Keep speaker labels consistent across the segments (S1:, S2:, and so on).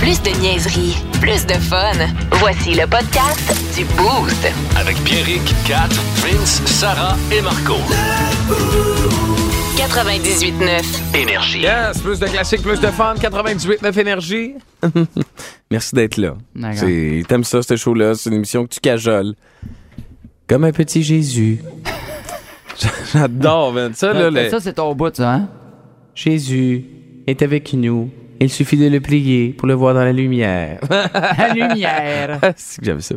S1: Plus de niaiserie, plus de fun. Voici le podcast du Boost.
S2: Avec Pierrick, Kat, Vince, Sarah et Marco.
S1: 98.9.
S2: Énergie.
S3: Yes, plus de classique, plus de fun, 98.9 énergie. Merci d'être là.
S4: D'accord.
S3: C'est- T'aimes ça, ce show-là? C'est une émission que tu cajoles. Comme un petit Jésus. J'adore, man. Ça, là, le-
S4: Ça, c'est ton bout, ça, hein?
S3: Jésus est avec nous. Il suffit de le plier pour le voir dans la lumière.
S4: La lumière.
S3: c'est que j'aime ça.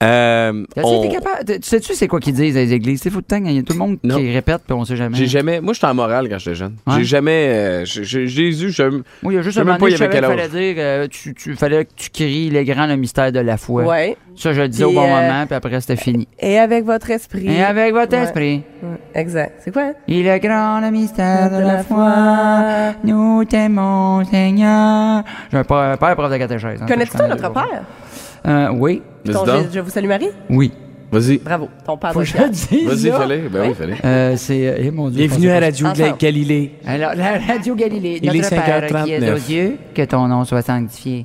S3: Euh,
S4: T'as-
S3: on-
S4: t'es capable- t'es- Tu sais-tu c'est quoi qu'ils disent à les églises? C'est fou de temps, il y a tout le monde
S3: Non.
S4: qui répète, puis on sait jamais.
S3: J'ai jamais. Moi, j'étais en morale quand j'étais jeune.
S4: Ouais.
S3: J'ai jamais. euh, j'ai- j'ai- Jésus, je.
S4: Moi, il y a juste
S3: Je sais
S4: un
S3: même
S4: moment
S3: pas
S4: donné,
S3: il y
S4: je
S3: avait
S4: savais qu'il
S3: quel
S4: fallait dire euh, tu, tu- fallait que tu cries les grands le mystère de la foi.
S5: Ouais.
S4: Ça, je le disais au
S5: Puis,
S4: bon
S5: euh,
S4: moment, puis après, c'était fini.
S5: Et avec votre esprit.
S4: Et avec votre
S5: Ouais.
S4: esprit,
S5: Ouais, Exact. C'est quoi? hein?
S4: il est grand le mystère de la foi. Nous t'aimons, Seigneur. J'ai un père, père prof de catéchèse. hein,
S5: Connais-tu
S4: je connais
S5: notre
S4: pas.
S5: père?
S4: Euh, oui.
S5: Ton
S3: Vas-y donc.
S5: Je- je vous salue Marie.
S4: Oui.
S3: ah, Vas-y.
S5: Bravo. Ton père
S4: Faut
S5: doit
S4: que je
S5: être
S4: le
S5: fier.
S4: dise.
S3: Vas-y,
S4: là.
S3: fallait. Ben oui, fallait.
S4: Euh, c'est. eh, mon Dieu, je pensais
S3: Bienvenue
S4: pas
S3: à
S4: que-
S3: Radio
S5: Ensemble.
S3: Galilée.
S4: Alors, la radio Galilée,
S3: Il est
S4: notre Père qui es aux
S3: 5h39.
S4: yeux, que ton nom soit sanctifié,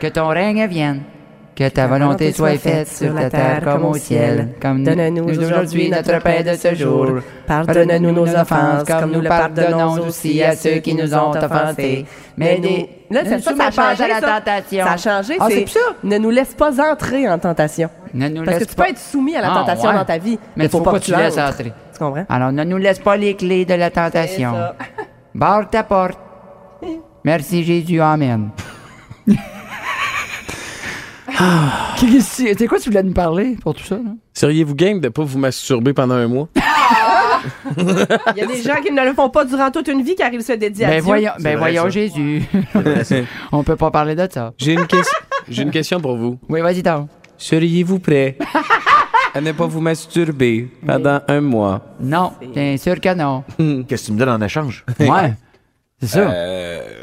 S4: que ton règne vienne, que ta volonté soit faite sur la terre comme au ciel. Comme nous-
S5: Donne-nous
S4: nous
S5: aujourd'hui notre pain de ce jour. Pardonne-nous nos offenses, comme nous le pardonnons aussi à ceux qui nous ont offensés. Mais nous... Là, ça, ça, ça a changé,
S4: à la
S5: ça.
S4: tentation.
S5: Ça a changé,
S4: Ah,
S5: c'est...
S4: c'est plus ça?
S5: Ne nous laisse pas entrer en tentation.
S4: Ne nous
S5: Parce que
S4: laisse
S5: tu
S4: pas-
S5: peux être soumis à la
S4: Ah,
S5: tentation
S4: ouais.
S5: dans ta vie.
S4: Mais faut pas que tu laisses
S5: entres.
S4: entrer.
S5: Tu comprends?
S4: Alors, ne nous laisse pas les clés de la tentation.
S5: C'est ça.
S4: Barre ta porte. Merci Jésus, Amen. Qu'est-ce que- C'est quoi tu voulais nous parler pour tout ça? là?
S3: Seriez-vous game de pas vous masturber pendant un mois?
S5: Il y a des gens qui ne le font pas durant toute une vie car ils se dédient à
S4: Ben
S5: Dieu.
S4: voyons, ben
S3: vrai,
S4: voyons
S3: ça.
S4: Jésus. On peut pas parler de ça.
S3: J'ai une, ques- j'ai une question pour vous.
S4: Oui, vas-y donc.
S3: Seriez-vous prêt à ne pas vous masturber pendant un mois?
S4: Non, bien sûr que non.
S6: Qu'est-ce que tu me donnes en échange?
S4: Ouais. C'est ça.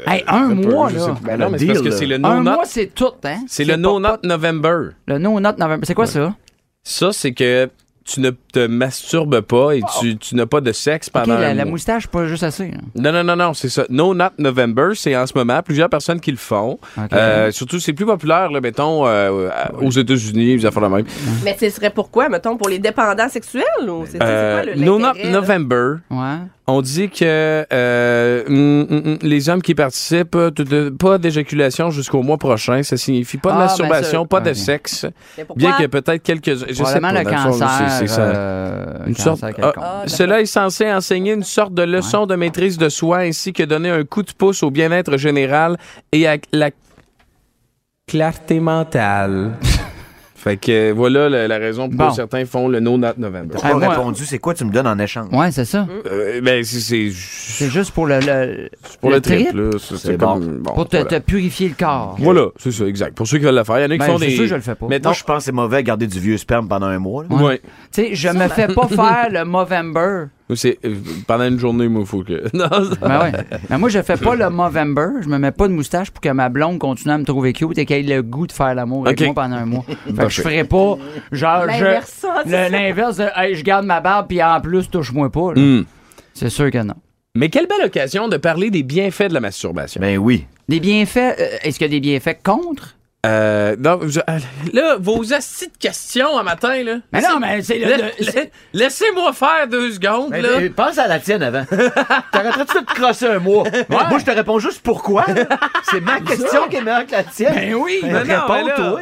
S4: Hey, un mois,
S3: Euh, je sais
S4: là.
S3: pas. Ben non, mais c'est parce que c'est le
S4: Un
S3: no-not.
S4: mois, c'est tout, hein?
S3: C'est le
S4: pas-
S3: no-not November.
S4: Le no-not novembre. C'est quoi ça?
S3: Ça, c'est que tu ne te masturbes pas et tu, tu n'as pas de sexe
S4: Ok,
S3: pendant
S4: la,
S3: un
S4: la
S3: mois.
S4: moustache, pas juste assez. hein. là.
S3: Non, non, non, non, c'est ça. No Not November, c'est en ce moment plusieurs personnes qui le font.
S4: Ok.
S3: Euh, surtout, c'est plus populaire, là, mettons, euh, à- aux États-Unis, les affaires de même.
S5: Mais ce serait pourquoi, mettons, pour les dépendants sexuels? Ou c'est, c'est
S3: Euh,
S5: quoi le
S3: no Not
S5: l'intérêt, là?
S3: November,
S4: Ouais.
S3: on dit que euh, mm, mm, mm, les hommes qui participent, euh, de- de- pas d'éjaculation jusqu'au mois prochain. Ça signifie pas de
S4: Ah, ben
S3: masturbation,
S4: ça-
S3: pas de
S4: ok.
S3: sexe.
S5: Mais pourquoi?
S3: Bien qu'il y ait peut-être quelques... Je sais pas,
S4: Probablement le
S3: dans le fond,
S4: cancer.
S3: c'est- c'est ça.
S4: euh,
S3: Une
S4: cancer
S3: sorte-
S4: quelconque.
S3: Ah,
S5: Ah,
S3: cela est censé enseigner une sorte de leçon de maîtrise de soi ainsi que donner un coup de pouce au bien-être général et à la clarté mentale. fait que voilà la, la raison pour
S4: Bon.
S3: laquelle certains font le No Not November.
S4: Ah,
S6: Pas
S4: moi-
S6: répondu, c'est quoi tu me donnes en échange?
S3: ah.
S4: Ouais, c'est ça.
S3: Euh, ben, c'est- c'est
S4: C'est juste pour le, le-
S3: pour le, trip,
S4: trip,
S3: là. Mm. C'est c'est
S6: C'est
S3: comme. Bon,
S4: pour te,
S3: voilà.
S4: te purifier le corps.
S3: Voilà, c'est ça, exact. Pour ceux qui veulent le faire, il y en a qui
S4: Ben,
S3: font
S4: c'est
S3: des.
S4: sûr, je le fais pas.
S3: Mettons,
S6: Moi, je pense que c'est mauvais de garder du vieux sperme pendant un mois. là.
S3: ouais.
S4: Tu sais, je me fais pas faire le Movember.
S3: Ou c'est euh, pendant une journée, moi, faut que. Non, ça-
S4: Ben ouais. Mais moi, je fais pas le Movember. Je me mets pas de moustache pour que ma blonde continue à me trouver cute et qu'elle ait le goût de faire l'amour avec
S3: Ok.
S4: moi pendant un mois. fait que
S3: Parfait.
S4: je ferais pas, genre,
S5: L'inverse,
S4: je-
S5: ça, c'est
S4: le-
S5: ça.
S4: l'inverse de, hey, je garde ma barbe puis en plus, touche-moi pas. là.
S3: Hmm.
S4: C'est sûr que non.
S3: Mais quelle belle occasion de parler des bienfaits de la masturbation.
S6: Ben oui.
S4: Des bienfaits, euh, est-ce qu'il y a des bienfaits contre?
S3: Euh, non, je- euh, là, vos assis de questions à matin, là.
S4: Mais non, mais c'est le.
S3: La-
S4: le-
S3: la-
S4: c'est-
S3: Laissez-moi faire deux secondes,
S6: Ben,
S3: là.
S6: pense à la tienne avant. T'arrêterais-tu de te crosser un mois? Moi, je te réponds juste pourquoi. C'est ma question qui est meilleure que la tienne.
S4: Ben oui!
S3: Mais non, mais là-
S4: Là,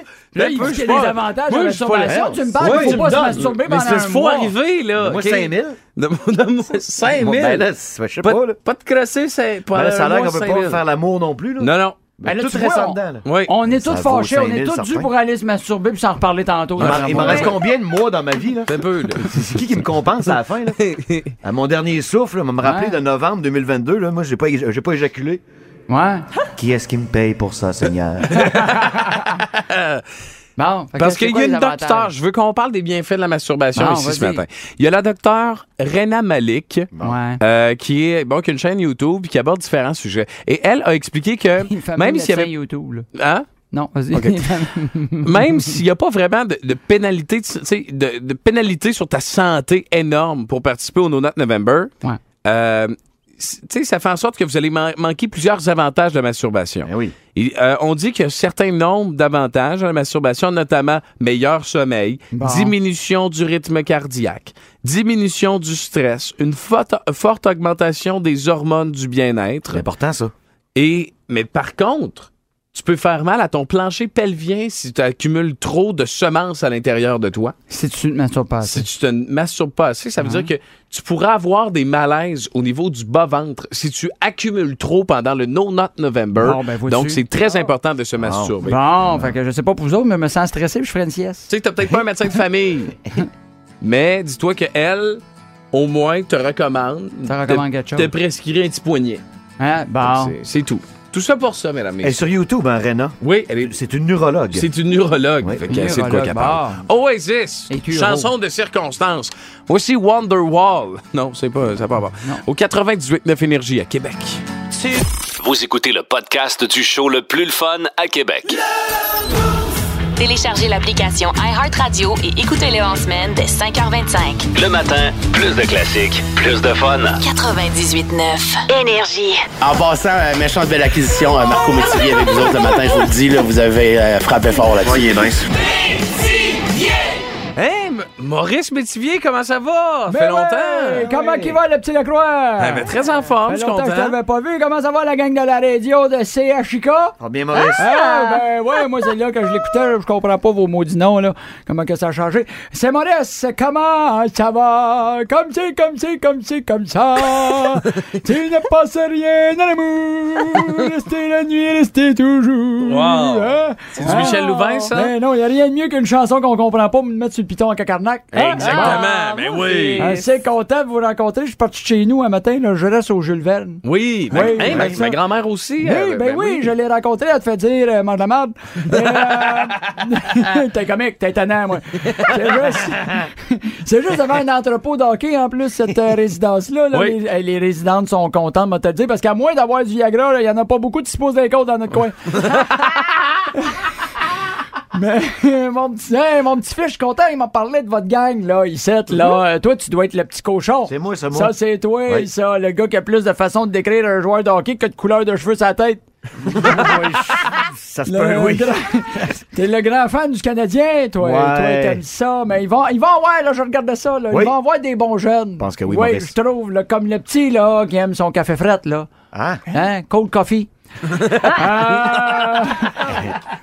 S3: là,
S4: il
S3: peu,
S4: dit qu'il
S3: je
S4: y a
S3: parle.
S4: des avantages
S3: Moi,
S4: à la
S3: je suis pas
S4: masturbation.
S3: là.
S4: Tu me parles qu'il
S6: Oui,
S4: faut
S6: tu
S4: pas
S6: me
S4: se
S6: donnes.
S4: masturber
S3: Mais
S4: pendant
S3: c'est
S4: un
S3: faut
S4: mois.
S3: arriver, là.
S6: Moi,
S3: OK?
S6: 5 000.
S3: Donne-moi- Donne-moi 5 000.
S6: Ben là, c'est- je sais
S3: pas,
S6: pas. là.
S3: pas de crosser, c'est
S6: Ben
S3: pas
S6: là, ça a l'air qu'on peut pas faire l'amour non plus. Là.
S3: Non, non.
S4: Ben là,
S6: tout
S4: tu
S6: reste
S4: vois,
S6: en dedans. Là.
S3: Oui.
S4: On est tous
S6: Ça vaut
S4: fâchés, on
S6: 5
S4: est
S6: 000
S4: tous dus
S6: certains.
S4: pour aller se masturber puis s'en reparler tantôt.
S6: Il
S4: dans
S6: m'en-
S4: un
S6: Il m'en
S4: mois.
S6: reste combien de mois dans ma vie? là?
S3: Un peu, là.
S6: C'est qui qui me compense à la fin? Là? À mon dernier souffle, là, me rappeler
S4: Ouais.
S6: de novembre 2022, là, moi, j'ai pas, é- j'ai pas éjaculé.
S4: Ouais.
S6: Qui est-ce qui me paye pour ça, Seigneur?
S4: Bon. fait que
S3: Parce
S4: c'est
S3: qu'il y
S4: quoi
S3: a
S4: les
S3: une
S4: avantages?
S3: docteure. Je veux qu'on parle des bienfaits de la masturbation
S4: Bon,
S3: ici ce
S4: vas-y.
S3: matin. Il y a la docteure Rena Malik.
S4: Ouais.
S3: euh, qui est bon, qui a une chaîne YouTube qui aborde différents sujets. Et elle a expliqué
S4: Il fait
S3: que Euh, même s'il y avait
S4: YouTube, là.
S3: hein?
S4: Non, vas-y.
S3: Ok. même s'il n'y a pas vraiment de, de pénalité, tu sais, de, de pénalité sur ta santé énorme pour participer au No Not November,
S4: Ouais.
S3: euh, c- tu sais, ça fait en sorte que vous allez man- manquer plusieurs avantages de la masturbation.
S6: Ben oui.
S3: Et, euh, on dit qu'il y a un certain nombre d'avantages à la masturbation, notamment meilleur sommeil, diminution du rythme cardiaque, diminution du stress, une forte, forte augmentation des hormones du bien-être.
S6: C'est important, ça.
S3: Et, mais par contre, tu peux faire mal à ton plancher pelvien si tu accumules trop de semences à l'intérieur de toi.
S4: Si tu ne m'assures pas.
S3: Si tu te masturbes pas assez, ça veut
S4: Ah.
S3: dire que tu pourras avoir des malaises au niveau du bas-ventre si tu accumules trop pendant le No Not November.
S4: Bon, ben, vois-tu.
S3: Donc, c'est très important de se masturber.
S4: Bon, fait que je sais pas pour vous autres, mais je me sens stressé puis je ferai une sieste.
S3: Tu sais que t'as peut-être pas un médecin de famille, mais dis-toi que elle, au moins, te recommande, Ah.
S4: Te recommande quelque
S3: te,
S4: chose.
S3: te prescrire un petit poignet.
S4: Hein? Bon.
S3: C'est- C'est tout. Tout ça pour ça, mesdames.
S6: Elle est sur
S3: messieurs.
S6: YouTube, hein, Rena.
S3: Oui, elle est
S6: C'est une neurologue.
S3: C'est une neurologue.
S6: Oui.
S3: Fait qu'elle sait de quoi
S4: Neurologue,
S3: qu'elle parle. Oasis,
S4: Et Cure.
S3: chanson de circonstance. Voici Wonderwall. Non, c'est pas, ça a pas à voir. Au 98-9 Énergie à Québec.
S2: Vous écoutez le podcast du show le plus le fun à Québec.
S1: Téléchargez l'application iHeartRadio et écoutez-le en semaine dès 5h25.
S2: Le matin, plus de classiques, plus de fun.
S1: 98.9. Énergie.
S7: En passant, euh, méchante belle acquisition, euh, Marco Métivier avec vous autres le matin, je vous le dis, là, vous avez euh, frappé fort là-dessus.
S3: Hey, Hein, M- Maurice Métivier, comment ça va? Ça fait longtemps.
S4: Comment qu'il va, le petit Lacroix?
S3: Ah, ben, très en forme, je suis
S4: longtemps que je
S3: content.
S4: t'avais pas vu. Comment ça va, la gang de la radio de CHIK?
S6: Ah, bien, Maurice.
S4: Ah, ben ouais, moi c'est là que je l'écoutais, je comprends pas vos maudits noms là, comment que ça a changé. C'est Maurice, comment ça va? Comme c'est, comme c'est, comme c'est, comme ça. tu ne passes rien à l'amour, restez la nuit, restez toujours.
S3: Wow.
S4: Hein?
S3: C'est du Michel Louvain, ça?
S4: Ben non, il a rien de mieux qu'une chanson qu'on comprend pas, me mettre sur le piton en cacarnac. Hein?
S3: Exactement, mais ben oui.
S4: Ah, c'est content de vous rencontrer. Je suis parti de chez nous un matin, là, je reste au Jules Verne.
S3: Oui, ma,
S4: Oui,
S3: hey, ma-
S4: ben ça.
S3: ma grand-mère aussi.
S4: Oui,
S3: elle-
S4: ben, oui, je l'ai rencontré, elle te fait dire euh, mange la merde. Euh, t'es comique, t'es étonnant, moi. C'est juste, c'est juste devant un entrepôt d'hockey, en plus, cette euh, résidence-là. là.
S3: Oui.
S4: les, eh, les résidentes sont contentes, moi, te le dire, parce qu'à moins d'avoir du Viagra, là, il n'y en a pas beaucoup qui se posent des côtes dans notre coin. Mais euh, mon petit, hey, mon petit fils, je suis content, il m'a parlé de votre gang, là, ici, là. Euh, toi, tu dois être le petit cochon.
S6: C'est moi, c'est moi.
S4: Ça, c'est toi,
S6: Oui.
S4: ça, le gars qui a plus de façons de décrire un joueur de hockey que de couleur de cheveux sur la tête.
S6: Ça se
S4: Le-
S6: peut, oui.
S4: grand- T'es le grand fan du Canadien, toi.
S6: Ouais.
S4: Toi, t'aimes ça. Mais ils vont, ils vont voir, là, je regarde ça, là.
S6: Oui.
S4: Ils vont voir des bons jeunes.
S6: pense que oui,
S4: Oui,
S6: Maurice.
S4: je trouve, là, comme le petit, là, qui aime son café fret, là.
S6: Hein?
S4: Hein? Cold coffee. Ah!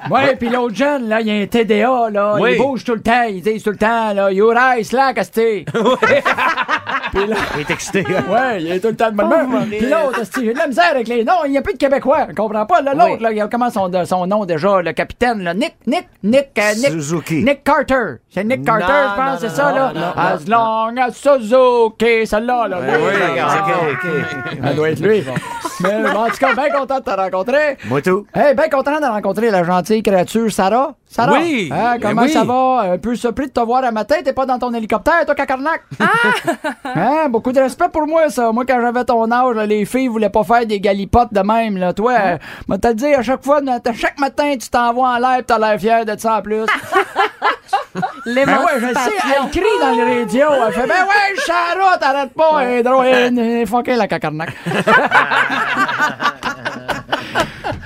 S4: Ouais, puis l'autre jeune, là, il a un TDA, là.
S3: Oui.
S4: Il bouge tout le temps. Il dit tout le temps, là, you rise, là, casté.
S6: Il est excité. hein?
S4: Ouais, il est tout le temps de bonne humeur. Puis l'autre, hostie, j'ai de la misère avec les noms. Il n'y a plus de Québécois. Je comprends pas. Là, l'autre, là, il a comment son, son nom déjà, le capitaine, là? Nick, Nick, Nick, euh, Nick.
S6: Suzuki.
S4: Nick Carter. C'est Nick Carter,
S6: Non,
S4: je pense,
S6: non,
S4: c'est
S6: non,
S4: ça,
S6: non,
S4: là.
S6: non, Ben non,
S4: as long as Suzuki, celle-là, là. Oui,
S6: Ah, OK, OK.
S4: Ça doit être lui. Mais bon, en tout cas, bien content de te rencontrer.
S6: Moi, tout.
S4: Hey, bien content de rencontrer la gentille créature Sarah. Sarah?
S3: Oui,
S4: Ah,
S3: ben
S4: comment
S3: oui.
S4: ça va? Un peu surpris de te voir à matin. T'es pas dans ton hélicoptère, toi, Cacarnac? Ah! hein, beaucoup de respect pour moi, ça. Moi, quand j'avais ton âge, là, les filles voulaient pas faire des galipotes de même, là. Toi, euh, moi, te le dire, à chaque fois, à chaque matin, tu t'envoies en l'air pis t'as l'air fier de ça en plus. Ben ouais, je le sais, elle crie dans le radio. Elle fait, ben ouais, Sarah, t'arrêtes pas, elle est drôle, elle est fuckée, la cacarnac.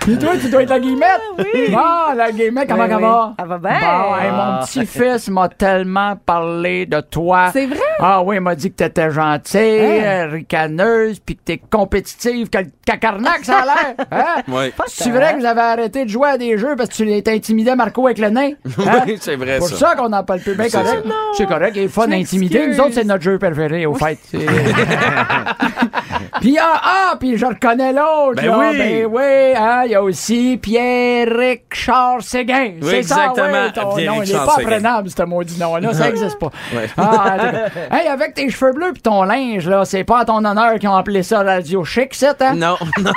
S4: Puis toi, tu dois être la guillemette. Oui. Ah, la guillemette, comment
S5: Oui,
S4: elle
S5: Ben oui.
S4: va?
S5: Elle va bien.
S4: Bon, hey,
S3: Ah.
S4: mon petit-fils m'a tellement parlé de toi.
S5: C'est vrai? Hein?
S4: Ah oui, il m'a dit que t'étais gentille, euh, ricaneuse, puis que t'es compétitive, que le cacarnac, ça a l'air. Hein?
S3: Oui.
S4: C'est vrai que vous avez arrêté de jouer à des jeux parce que tu les intimidais Marco avec le nain. Hein?
S3: Oui, c'est vrai,
S4: pour
S3: ça.
S4: ça, qu'on en parle plus. Bien correct. C'est correct. Il est fun d'intimider. Nous
S5: m'excuse.
S4: autres, c'est notre jeu préféré, au fait. C'est- puis, ah, ah, puis je reconnais l'autre.
S3: Ben
S4: là.
S3: oui.
S4: Ben oui, hein, il y a aussi Pierre-Richard Séguin.
S3: Oui,
S4: c'est
S3: exactement,
S4: ça, oui, ton nom. Il n'est
S3: Pierre-Richard
S4: pas
S3: Séguin.
S4: prenable, ce maudit nom-là. Ça n'existe pas.
S3: Ouais.
S4: Ah, en tout cas. hey, avec tes cheveux bleus puis ton linge, là, c'est pas à ton honneur qu'ils ont appelé ça Radio Chic, c'est, hein?
S3: Non, non.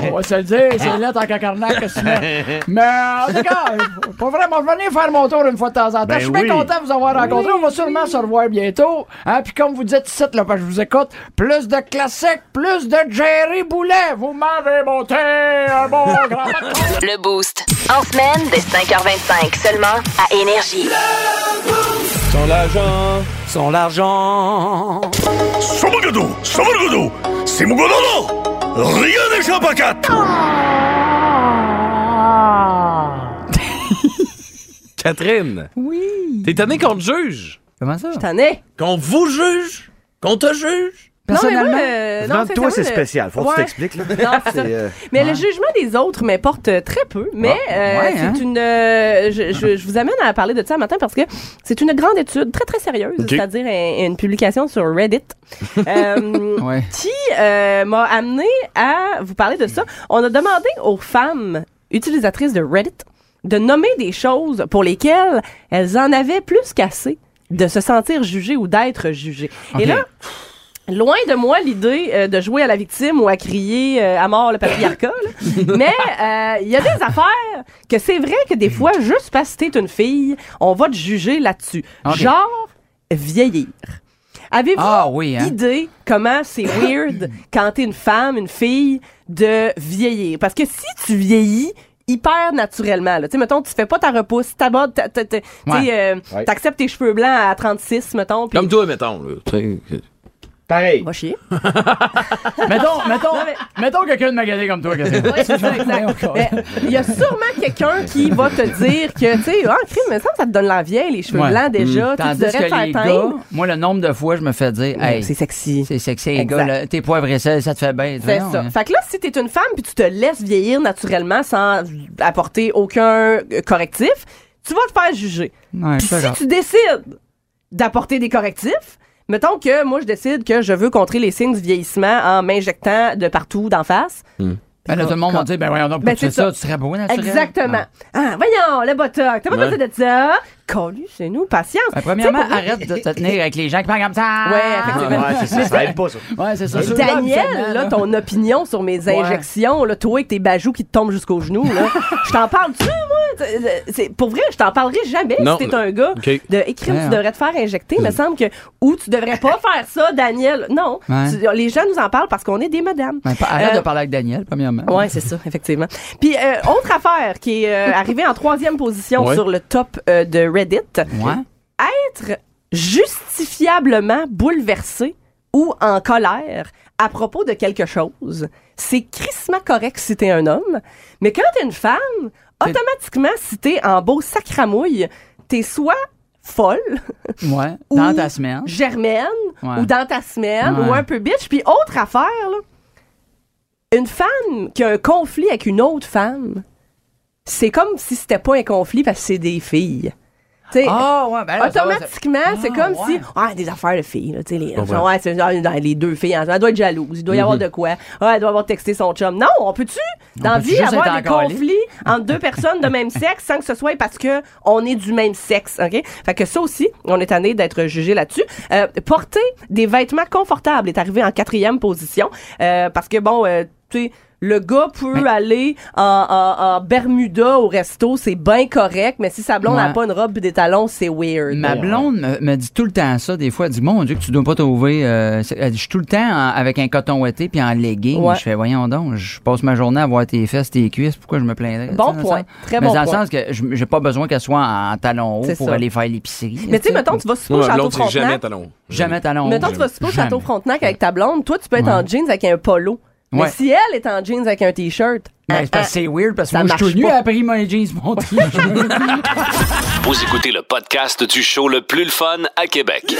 S4: On va se le dire,
S5: Hein?
S4: c'est là tant qu'à Carnac que tu mets. Mais en tout cas, pas vraiment, je vais venir faire mon tour une fois de temps en temps.
S6: Ben
S4: je suis bien
S6: oui.
S4: content de vous avoir rencontré. On va sûrement se revoir bientôt. Hein, Puis comme vous dites ici, là, parce que je vous écoute, plus de classiques, plus de Jerry Boulet. Vous m'avez monté un bon grand patron.
S1: Le Boost. En semaine dès 5h25 seulement à Énergie.
S3: Son l'argent.
S8: Sans l'argent. Somagadou, Somagadou, Simogododo, rien n'échappe à quatre.
S3: Catherine.
S5: Oui.
S3: T'es étonné qu'on te juge?
S4: Comment ça?
S5: T'en es?
S9: Qu'on vous juge, qu'on te juge.
S5: Non,
S4: Personnellement?
S5: mais moi, euh, non,
S6: Venant de toi, c'est
S5: sincèrement, le-
S6: spécial. Faut
S5: Ouais.
S6: que tu t'expliques. là.
S5: Non, c'est ça.
S6: C'est, euh,
S5: Mais le jugement des autres m'importe euh, très peu, mais euh,
S4: ouais,
S5: c'est
S4: hein?
S5: une. euh, je, je- je vous amène à parler de ça ce matin parce que c'est une grande étude très très sérieuse, c'est-à-dire un- une publication sur Reddit euh,
S4: Ouais.
S5: qui euh, m'a amené à vous parler de ça. On a demandé aux femmes utilisatrices de Reddit de nommer des choses pour lesquelles elles en avaient plus qu'assez de se sentir jugées ou d'être jugées. Et là, Loin de moi l'idée euh, de jouer à la victime ou à crier euh, à mort le patriarcat, là. mais euh, il y a des affaires que c'est vrai que des fois, juste parce que t'es une fille, on va te juger là-dessus.
S4: Ok.
S5: Genre vieillir. Avez-vous
S4: Ah oui, hein?
S5: idée comment c'est weird quand t'es une femme, une fille, de vieillir? Parce que si tu vieillis hyper naturellement, là, tu sais, mettons, tu fais pas ta repousse, t'abordes, ta- ta- ta- tu sais, euh, t'acceptes tes cheveux blancs à 36, mettons, puis
S3: Comme toi, mettons. là. Tu sais,
S6: Pareil.
S5: va chier.
S4: mettons, mettons,
S5: Non, mais-
S4: mettons quelqu'un de magané comme toi, Catherine.
S5: Ouais, c'est ça, exact. Mais Il y a sûrement quelqu'un qui va te dire que, tu sais, ah, crime, mais ça, ça te donne la vieille, les cheveux
S4: Ouais. Hmm.
S5: blancs déjà, tu
S4: Tandis
S5: devrais te
S4: que
S5: faire
S4: les gars,
S5: teindre.
S4: moi, le nombre de fois, je me fais dire, hey,
S5: C'est sexy.
S4: c'est sexy, les
S5: Exact.
S4: gars, là, tes poivres et sel, ça te fait bien.
S5: C'est
S4: Voyons,
S5: ça.
S4: hein.
S5: Fait que là, si t'es une femme puis tu te laisses vieillir naturellement sans apporter aucun euh, correctif, tu vas te faire juger.
S4: Ouais,
S5: Puis
S4: c'est
S5: si
S4: grave.
S5: tu décides d'apporter des correctifs, mettons que moi, je décide que je veux contrer les signes du vieillissement en m'injectant de partout d'en face.
S4: Ben là, tout le monde va dire, ben voyons donc,
S5: Ben,
S4: pourquoi tu fais
S5: c'est ça.
S4: ça, tu serais beau naturel.
S5: Exactement.
S4: Ah.
S5: Ah, voyons, le botox. T'as pas
S3: Ouais.
S5: besoin de ça. Collu, c'est nous. Patience.
S4: Ben, premièrement,
S5: Tu sais, pour-
S4: arrête de te tenir avec les gens qui parlent comme ça. Ah.
S5: Ouais, effectivement.
S6: Ouais, c'est ça. Ça aide pas, ça.
S4: Ouais, c'est ça. Ceux-là,
S5: Daniel,
S4: habituellement,
S5: là, ton opinion sur mes injections, là, toi avec tes bajoux qui te tombent jusqu'aux genoux, là, je t'en parle-tu, moi? T- euh, c'est- Pour vrai, je t'en parlerai jamais
S3: Non.
S5: si t'es un gars.
S3: OK.
S5: De écrire,
S4: Ouais,
S5: tu devrais te faire injecter, me semble que. Ou tu devrais pas faire ça, Daniel. Non.
S4: Ouais.
S5: Tu- les gens nous en parlent parce qu'on est des madames.
S4: Ben, pa- arrête
S5: Euh,
S4: de parler avec Daniel, premièrement.
S5: Ouais, c'est ça, effectivement. Puis euh, autre affaire qui est euh, arrivée en troisième position
S3: Ouais.
S5: sur le top euh, de Reddit,
S4: Ouais.
S5: être justifiablement bouleversé ou en colère à propos de quelque chose, c'est crissement correct si t'es un homme, mais quand t'es une femme, automatiquement, si t'es en beau sacramouille, t'es soit folle,
S4: Ouais.
S5: Ou-
S4: Dans ta semaine.
S5: germaine,
S4: Ouais.
S5: ou dans ta semaine,
S4: Ouais.
S5: ou un peu bitch. Puis autre affaire, là, une femme qui a un conflit avec une autre femme, c'est comme si c'était pas un conflit parce que c'est des filles. T'sais,
S4: Ah, ouais, ben là, ça va, ça-
S5: Automatiquement, c'est
S4: Ah,
S5: comme
S4: ouais.
S5: si. Ah, des affaires de filles, là, tu sais, les, ouais, c'est- ah, dans les deux filles ensemble. Elle doit être jalouse, il doit y avoir
S4: Mhm.
S5: de quoi. Ah, elle doit avoir texté son chum. Non, on peut-tu, dans
S4: peut
S5: vie,
S4: juste
S5: avoir
S4: être
S5: des
S4: encore
S5: conflits entre deux personnes de même sexe sans que ce soit parce que on est du même sexe, OK? Fait que ça aussi, on est tanné d'être jugé là-dessus. Euh, porter des vêtements confortables est arrivé en quatrième position euh, parce que, bon, euh, tu sais, le gars peut aller en, en- en Bermuda au resto, c'est bien correct, mais si sa blonde n'a
S4: Ouais.
S5: pas une robe et des talons, c'est weird.
S4: Ma blonde me, me dit tout le temps ça. Des fois, elle dit Mon Dieu, que tu dois pas trouver. euh, c'est- elle dit, Je suis tout le temps en- avec un coton ouaté puis en legging.
S5: Ouais.
S4: Je fais Voyons donc, je passe ma journée à voir tes fesses, tes cuisses. Pourquoi je me plaindrais
S5: Bon
S4: Tu sais, dans le
S5: point.
S4: sens-
S5: Très
S4: Mais
S5: bon
S4: dans
S5: point.
S4: le sens que je- j'ai pas besoin qu'elle soit en, talon haut
S5: C'est
S4: pour
S5: ça.
S4: aller faire l'épicerie.
S5: Mais tu sais, mettons, tu vas super au
S3: Moi, ma
S5: château
S3: blonde, c'est jamais
S5: Frontenac.
S3: talon.
S4: Jamais talon haut.
S5: Mettons, tu vas super au
S4: Jamais.
S5: château Frontenac avec ta blonde. Toi, tu peux être en jeans avec un polo. Mais
S4: Ouais.
S5: si elle est en jeans avec un t-shirt,
S4: Ben,
S5: ah,
S4: c'est parce que c'est weird parce que
S5: Ça
S4: moi, je suis
S5: marche
S4: tout nu
S5: pas.
S4: après mon jeans, mon t-shirt.
S2: Vous écoutez le podcast du show le plus le fun à Québec.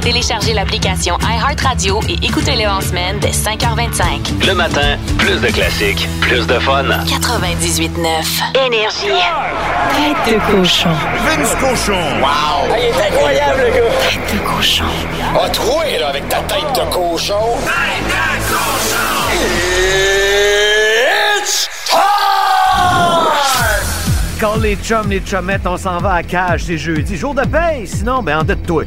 S1: Téléchargez l'application iHeartRadio et écoutez-le en semaine dès 5h25.
S2: Le matin, plus de classiques, plus de fun.
S1: 98.9. Énergie. Tête de cochon.
S8: Vince Cochon.
S1: Tête de cochon.
S8: A troué, là, avec ta tête de cochon. Tête de cochon! It's time!
S6: Quand les chums, les chumettes, on s'en va à cage, c'est jeudi. Jour de paye, sinon, ben, endette-toi.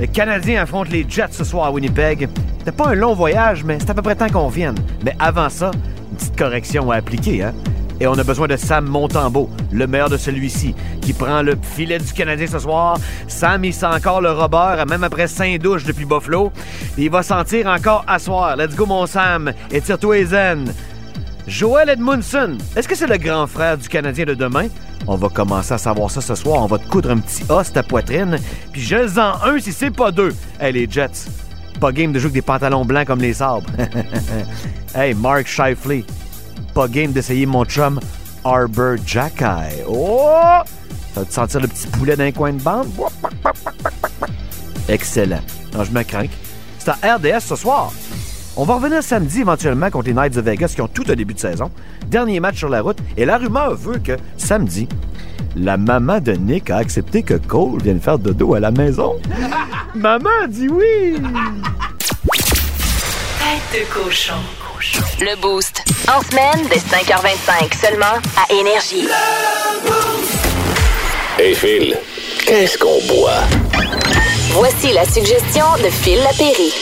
S6: Les Canadiens affrontent les Jets ce soir à Winnipeg. C'était pas un long voyage, mais c'est à peu près temps qu'on vienne. Mais avant ça, une petite correction à appliquer, hein. Et on a besoin de Sam Montembeau, le meilleur de celui-ci, qui prend le filet du Canadien ce soir. Sam, il sent encore le Robert, même après cinq douches depuis Buffalo. Il va sentir encore à soir. Let's go, mon Sam. Et tire-toi les aines. Joel Edmundson, est-ce que c'est le grand frère du Canadien de demain? On va commencer à savoir ça ce soir. On va te coudre un petit os ta poitrine, puis je les en un si c'est pas deux. Hey, les Jets, pas game de jouer avec des pantalons blancs comme les sabres. hey, Mark Shifley, pas game d'essayer mon chum Arbor Jacky. Oh! Ça va te sentir le petit poulet d'un coin de bande? Excellent. Non, je me crains. C'est à RDS ce soir. On va revenir samedi éventuellement contre les Knights de Vegas qui ont tout un début de saison. Dernier match sur la route. Et la rumeur veut que samedi, la maman de Nick a accepté que Cole vienne faire dodo à la maison. maman dit oui!
S1: Tête de cochon. Le Boost. En semaine, dès 5h25, seulement à Énergie.
S2: Hey Phil, qu'est-ce qu'on boit?
S1: Voici la suggestion de Phil Lapéry.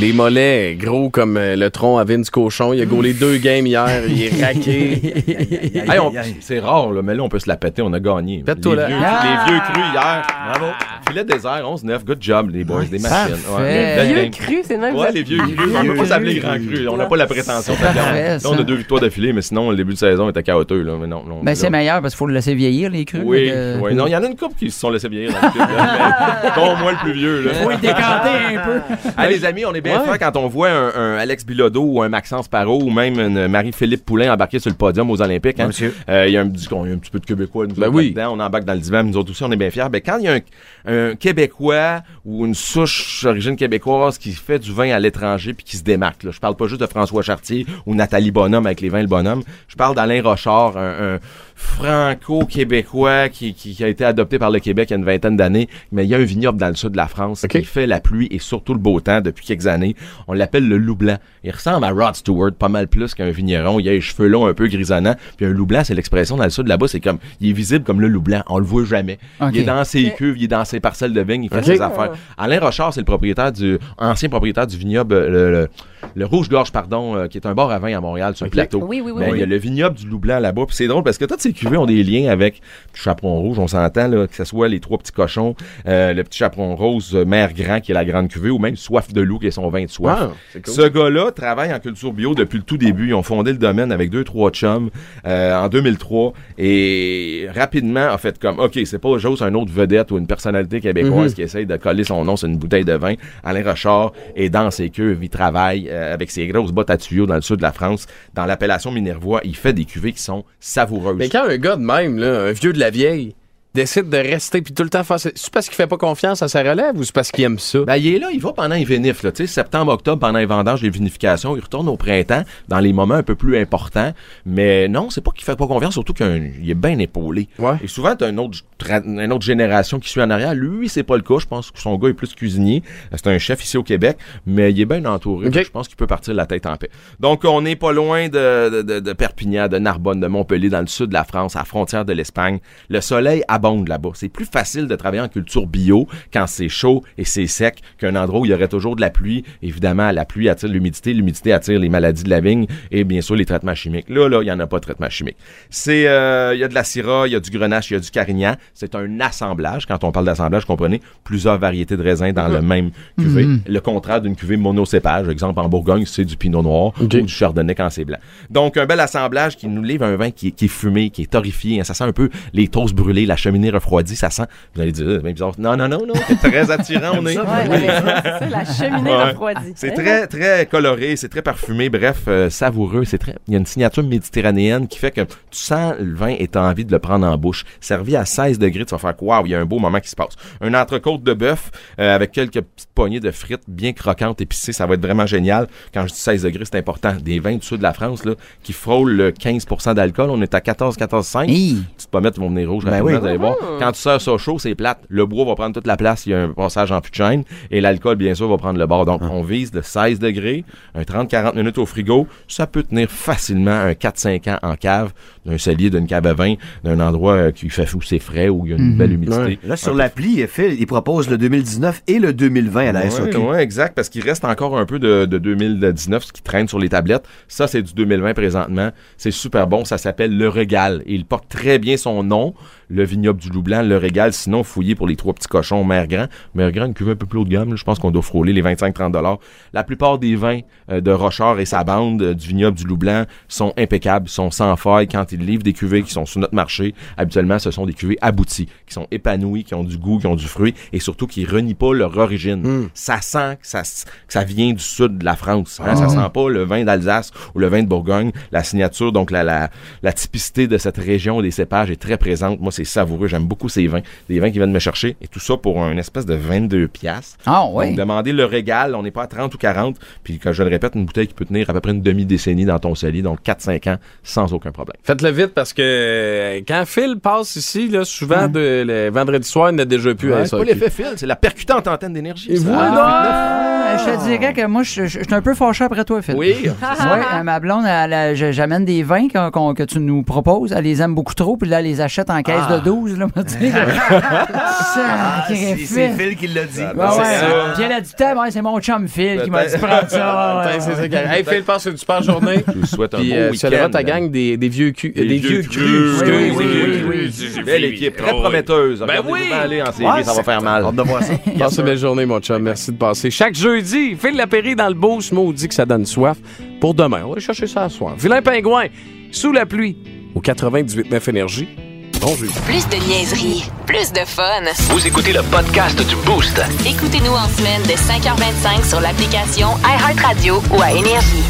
S3: Les mollets, gros comme euh, le tronc à Vince Cochon. Il a gaulé deux games hier. Il est raqué.
S10: Hey, Eh, on- C'est rare, là, mais là, on peut se la péter. On a gagné.
S3: Pète-toi,
S10: les,
S3: là.
S10: vieux,
S4: Ah!
S10: les vieux crus hier. Bravo. Filet désert, 11-9. Good job, les boys, des machines.
S4: Parfait.
S10: Belle
S5: Vieux
S10: game.
S5: cru, Euh, c'est le même.
S10: Ouais,
S5: ça.
S10: les vieux crus. On peut pas s'appeler grand cru. On n'a pas la prétention.
S4: C'est parfait,
S10: Là,
S4: ça.
S10: on a deux victoires d'affilée, mais sinon, le début de saison était chaotique. Là. Mais non, non,
S4: Ben, c'est
S10: là-
S4: meilleur parce qu'il faut le laisser vieillir, les crus.
S10: Oui,
S4: fait que-
S10: oui. Non, il y en a une couple qui se sont laissés vieillir dans le club, là, mais dont moi le plus vieux. Là.
S4: Faut y décanter un peu.
S10: Hey, les amis, on est bien
S3: Ouais.
S10: fiers quand on voit un, un Alex Bilodeau ou un Maxence Parot ou même une Marie-Philippe Poulain embarquer sur le podium aux Olympiques. hein.
S6: monsieur.
S10: Euh, Il y a un petit, on- il y a un petit peu de Québécois, nous autres,
S3: Ben oui.
S10: là-dedans. On embarque dans le divan, nous autres aussi, on est bien fiers. Ben, quand il y a un, un Québécois ou une souche d'origine québécoise qui fait du vin à l'étranger puis qui se démarque, là. je parle pas juste de François Chartier ou Nathalie Bonhomme avec les vins Le Bonhomme. Je parle d'Alain Rochard, un, un franco-québécois qui, qui- qui a été adopté par le Québec il y a une vingtaine d'années. Mais il y a un vignoble dans le sud de la France
S3: OK.
S10: qui fait la pluie et surtout le beau temps depuis quelques années. On l'appelle le loup blanc. Il ressemble à Rod Stewart pas mal plus qu'un vigneron. Il a les cheveux longs un peu grisonnants. Puis un loup blanc, c'est l'expression dans le sud là-bas. C'est comme, il est visible comme le loup blanc. On le voit jamais.
S4: OK.
S10: Il est dans ses cuves, il est dans ses parcelles de vignes, il fait ses affaires. Alain Rochard, c'est le propriétaire du, ancien propriétaire du vignoble, euh, le, le- le Rouge-Gorge, pardon, euh, qui est un bar à vin à Montréal, sur le plateau.
S5: Oui, oui, oui,
S10: Ben,
S5: oui.
S10: Il y a le vignoble du loup blanc là-bas. Puis c'est drôle parce que toutes ces cuvées ont des liens avec le chaperon rouge, on s'entend, là, que ce soit les trois petits cochons, euh, le petit chaperon rose, euh, mère grand, qui est la grande cuvée, ou même soif de loup, qui est son vin de soif.
S3: Ah, c'est cool.
S10: Ce gars-là travaille en culture bio depuis le tout début. Ils ont fondé le domaine avec deux, trois chums euh, en 2003 et rapidement a fait comme, OK, c'est pas juste un autre vedette ou une personnalité
S3: Mm-hmm.
S10: québécoise qui essaye de coller son nom sur une bouteille de vin. Alain Rochard est dans ses cuves. Il travaille euh, avec ses grosses bottes à tuyaux dans le sud de la France. Dans l'appellation Minervois, il fait des cuvées qui sont savoureuses.
S3: Mais quand un gars de même, là, un vieux de la vieille, décide de rester puis tout le temps faire... ça, C'est parce qu'il fait pas confiance à sa relève ou c'est parce qu'il aime ça?
S10: Ben, il est là, il va pendant les vinifs, là, tu sais, septembre, octobre, pendant les vendanges, les vinifications, il retourne au printemps, dans les moments un peu plus importants, mais non, c'est pas qu'il fait pas confiance, surtout qu'il est bien épaulé.
S3: Ouais.
S10: Et souvent, t'as une autre, tra- une autre génération qui suit en arrière, lui, c'est pas le cas, je pense que son gars est plus cuisinier, c'est un chef ici au Québec, mais il est bien entouré,
S3: Ok.
S10: Donc, je pense qu'il peut partir la tête en paix. Donc, on n'est pas loin de, de- de- de Perpignan, de Narbonne, de Montpellier, dans le sud de la France, à la frontière de l'Espagne. Le soleil abonde là-bas. C'est plus facile de travailler en culture bio quand c'est chaud et c'est sec qu'un endroit où il y aurait toujours de la pluie. Évidemment, la pluie attire l'humidité, l'humidité attire les maladies de la vigne et bien sûr les traitements chimiques. Là, là, il n'y en a pas de traitement chimique. C'est, euh, il y a de la syrah, il y a du grenache, il y a du carignan. C'est un assemblage. Quand on parle d'assemblage, comprenez, plusieurs variétés de raisins dans le même cuvée. Le contraire d'une cuvée monocépage, exemple en Bourgogne, c'est du pinot noir ou du chardonnay quand c'est blanc. Donc, un bel assemblage qui nous livre un vin qui, est- qui est fumé, qui est torréfié. hein. Ça sent un peu les toasts brûlés, la cheminée refroidie, ça sent. Vous allez dire, Ah, c'est bien bizarre. Non, non, non, non, c'est très attirant, on est.
S5: Ouais, ouais, ouais, c'est ça, la cheminée
S10: Ouais.
S5: refroidie. Hein?
S10: C'est très, très coloré, c'est très parfumé, bref, euh, savoureux. C'est très. Il y a une signature méditerranéenne qui fait que tu sens le vin et t'as envie de le prendre en bouche. Servi à 16 degrés, tu vas faire waouh, il y a un beau moment qui se passe. Un entrecôte de bœuf euh, avec quelques petites poignées de frites bien croquantes, épicées, ça va être vraiment génial. Quand je dis 16 degrés, c'est important. Des vins du sud de la France là, qui frôlent le 15% d'alcool, on est à 14, 14,5
S4: Hi.
S10: petites pommettes vont venir rouges
S6: Ben
S10: rapidement,
S6: oui.
S10: vous allez voir. Quand tu sers ça chaud, c'est plate. Le bois va prendre toute la place, il y a un passage en plus de chaîne. Et l'alcool, bien sûr, va prendre le bord. Donc,
S6: Ah.
S10: on vise de 16 degrés, un 30-40 minutes au frigo. Ça peut tenir facilement un 4-5 ans en cave, d'un cellier, d'une cave à vin, d'un endroit euh, qui fait où c'est frais, où il y a une
S6: Mhm.
S10: belle humidité.
S6: Là, sur l'appli, Phil, il propose le 2019 et le 2020 à la
S10: Ouais,
S6: SOQ.
S10: ouais, exact, parce qu'il reste encore un peu de, de 2019, ce qui traîne sur les tablettes. Ça, c'est du 2020 présentement. C'est super bon. Ça s'appelle Le Regal. Et il porte très bien son nom. le vignoble du Loup Blanc, le régal. Sinon, fouillez pour les trois petits cochons, Mère Grand. Mère Grand, une cuvée un peu plus haut de gamme. là. Je pense qu'on doit frôler les 25-30 La plupart des vins euh, de Rochard et sa bande euh, du vignoble du Loup Blanc sont impeccables, sont sans faille. Quand ils livrent des cuvées qui sont sur notre marché, habituellement, ce sont des cuvées abouties, qui sont épanouies, qui ont du goût, qui ont du fruit et surtout qui renient pas leur origine. Ça sent que ça, s- que ça vient du sud de la France. hein. Ça
S11: Ah.
S10: sent pas le vin d'Alsace ou le vin de Bourgogne. La signature, donc la, la, la typicité de cette région des cépages est très présente. Moi, c'est savoureux. J'aime beaucoup ces vins. Des vins qui viennent me chercher. Et tout ça pour un espèce de 22 piastres.
S4: Ah
S10: oui. Donc, demandez le régal. On n'est pas à 30 ou 40. Puis, comme je le répète, une bouteille qui peut tenir à peu près une demi-décennie dans ton cellier. Donc, 4-5 ans sans aucun problème.
S3: Faites-le vite parce que euh, quand Phil passe ici, là, souvent de, le vendredi soir, il n'a déjà plus
S10: Ouais,
S3: à
S10: c'est pas l'effet Phil, c'est la percutante antenne d'énergie. ça.
S4: Ah, je te dirais que moi, je, je- je suis un peu fâché après toi, Phil.
S3: Oui.
S4: Ouais, euh, ma blonde, elle, elle, je- j'amène des vins qu'on- qu'on- que tu nous proposes. Elle les aime beaucoup trop, puis là, elle les achète en caisse
S6: Ah.
S4: de 12. Là, moi, tu sais.
S6: Ah, c'est
S4: Sacrifice.
S6: c'est Phil qui l'a dit.
S4: Ah, Ouais, hein. ouais.
S3: ça.
S4: Puis elle a dit, Tab, ouais, c'est mon chum Phil qui m'a dit,
S3: Peut-être.
S4: prends ça. Ouais, ouais,
S3: Peut-être, c'est
S4: ouais.
S3: ça, Gary. Hey Phil, passe une super journée.
S10: Je vous souhaite un
S3: Puis
S10: bon
S3: euh,
S10: week-end.
S3: célèbre ta gang des, des vieux culs. euh, Des, vieux, crus.
S10: crus.
S3: excuse,
S10: Oui,
S3: des
S10: oui,
S3: vieux
S10: oui,
S3: crus.
S10: oui, oui. Belle équipe, très prometteuse.
S3: Ben
S10: Regardez-vous
S3: oui.
S10: bien aller en série,
S3: Ouais,
S10: ça va
S3: c'est-
S10: faire mal.
S6: Hâte de voir ça.
S3: Passe une belle journée, mon chum. Merci de passer. Chaque jeudi, Phil Lapéry dans le beau ce maudit que ça donne soif. Pour demain, on va aller chercher ça à soir. Vilain pingouin, sous la pluie, au 98.9 Énergie. Bon jeudi.
S1: Plus de niaiserie, plus de fun.
S2: Vous écoutez le podcast du Boost.
S1: Écoutez-nous en semaine de 5h25 sur l'application iHeartRadio ou à Énergie.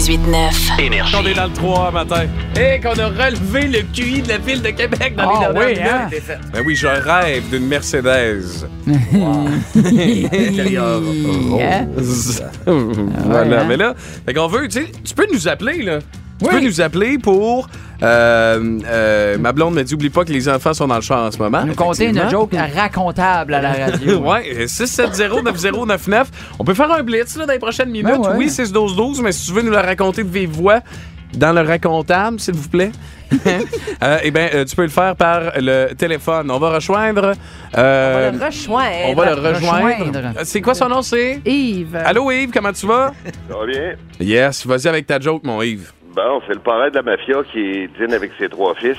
S1: 98.9.
S2: Énergie.
S3: On est dans le 3 matin. Et Eh, qu'on a relevé le QI de la ville de Québec dans
S4: Ah,
S3: les dernières
S4: oui,
S3: minutes.
S4: hein?
S3: Ben oui, je rêve d'une Mercedes.
S4: Hein?
S3: voilà,
S4: hein?
S3: mais là, fait qu'on veut, tu sais, tu peux nous appeler, là. Tu
S4: Oui.
S3: peux nous appeler pour. euh, euh, ma blonde m'a dit oublie pas que les enfants sont dans le champ en ce moment.
S4: Nous compter une joke racontable à la radio.
S3: Ouais, 670-9099. On peut faire un blitz là, dans les prochaines minutes.
S4: Ben ouais.
S3: Oui, 6-12-12, mais si tu veux nous la raconter de vive voix dans le racontable, s'il vous plaît. euh, eh bien, tu peux le faire par le téléphone. On va rejoindre. euh,
S5: le rejoindre.
S3: on va le rejoindre. Euh,
S4: Rejoindre.
S3: C'est quoi son nom? C'est.
S5: Yves.
S3: Allô, Yves, comment tu vas?
S12: Ça va bien.
S3: Yes, vas-y avec ta joke, mon Yves.
S12: Bon, c'est le parrain de la mafia qui dîne avec ses trois fils.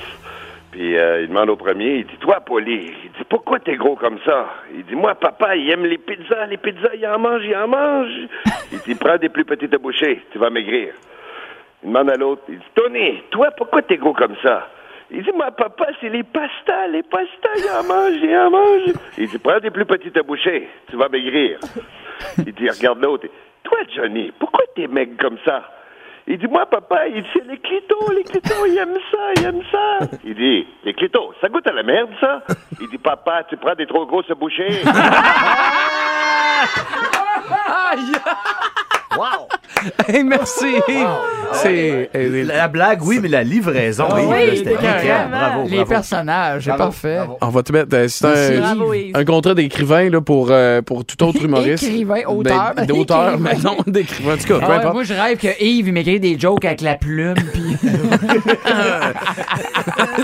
S12: Puis euh, il demande au premier, il dit Toi, Poli, il dit Pourquoi t'es gros comme ça Il dit Moi, papa, il aime les pizzas, les pizzas, il en mange, il en mange. il dit Prends des plus petites bouchées, tu vas maigrir. Il demande à l'autre, il dit Tony, toi, pourquoi t'es gros comme ça Il dit Moi, papa, c'est les pastas, les pastas, il en mange, il en mange. Il dit Prends des plus petites bouchées, tu vas maigrir. Il dit Regarde l'autre, Toi, Johnny, pourquoi t'es maigre comme ça il dit, moi, papa, il dit, c'est les clitos, les clitos, il aime ça, il aime ça. Il dit, les clitos, ça goûte à la merde, ça? Il dit, papa, tu prends des trop grosses bouchées.
S6: Wow!
S3: Hey, merci, Yves. C'est. euh,
S6: La, la blague, oui, mais la livraison, Ah oui, là, c'était impeccable. Bravo,
S4: Les
S6: bravo.
S4: personnages, c'est
S6: Bravo,
S4: parfait.
S3: On va te mettre. euh, c'est un,
S5: Bravo, Yves.
S3: un contrat d'écrivain là, pour, euh, pour tout autre humoriste.
S4: Écrivain, auteur.
S3: Ben, d'auteur,
S4: Écrivain.
S3: mais non, d'écrivain. En tout cas, peu
S4: Ah ouais,
S3: importe.
S4: moi, je rêve que Yves il m'écrit des jokes avec la plume. Puis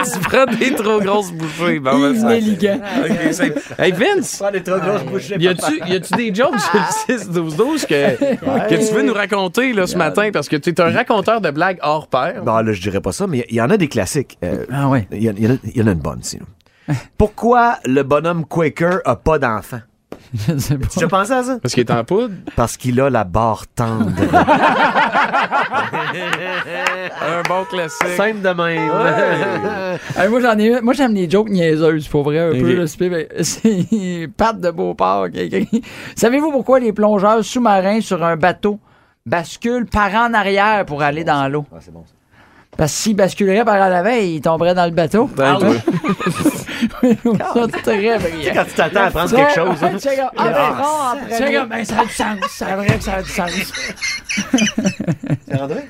S3: tu prends des trop grosses bouffées. Bon, ben,
S4: Yves
S3: ça-
S4: Nelligan.
S3: Ok, c'est- hey, Vince!
S6: Prends des trop grosses bouchées,
S3: Y
S6: papa.
S3: a-tu, y a-tu des jokes sur le 6-12-12 que, que tu veux nous raconter là, ce matin? Parce que tu es un raconteur de blagues hors pair.
S6: Non, là, je dirais pas ça, mais il y en a des classiques. Euh,
S4: Ah ouais.
S6: Il y, en- il y en a- il y en a une bonne, sinon. Pourquoi le bonhomme Quaker a pas d'enfant?
S4: Je sais pas.
S6: Tu as pensé à ça?
S3: Parce qu'il est en poudre.
S6: Parce qu'il a la barre tendre.
S3: Un bon classique.
S6: Simple de même.
S4: Hey, moi, j'en ai une- Moi, j'aime les jokes niaiseuses, pour vrai, un
S3: Ok.
S4: peu. là, c'est- ben, C'est Pat de Beauport qui a écrit. Savez-vous pourquoi les plongeurs sous-marins sur un bateau basculent par en arrière pour aller dans l'eau?
S6: c'est bon, ça.
S4: Parce que s'ils basculeraient par en avant, ils tomberaient dans le bateau. Ah
S3: Ben, toi.
S4: Ça, c'est très
S6: Tu sais,
S4: brillant.
S6: quand tu t'attends à prendre quelque chose. hein.
S4: Ouais, check out. Ah, ben, check out. Ben, ça a du sens. C'est vrai que ça a du sens.
S3: C'était André,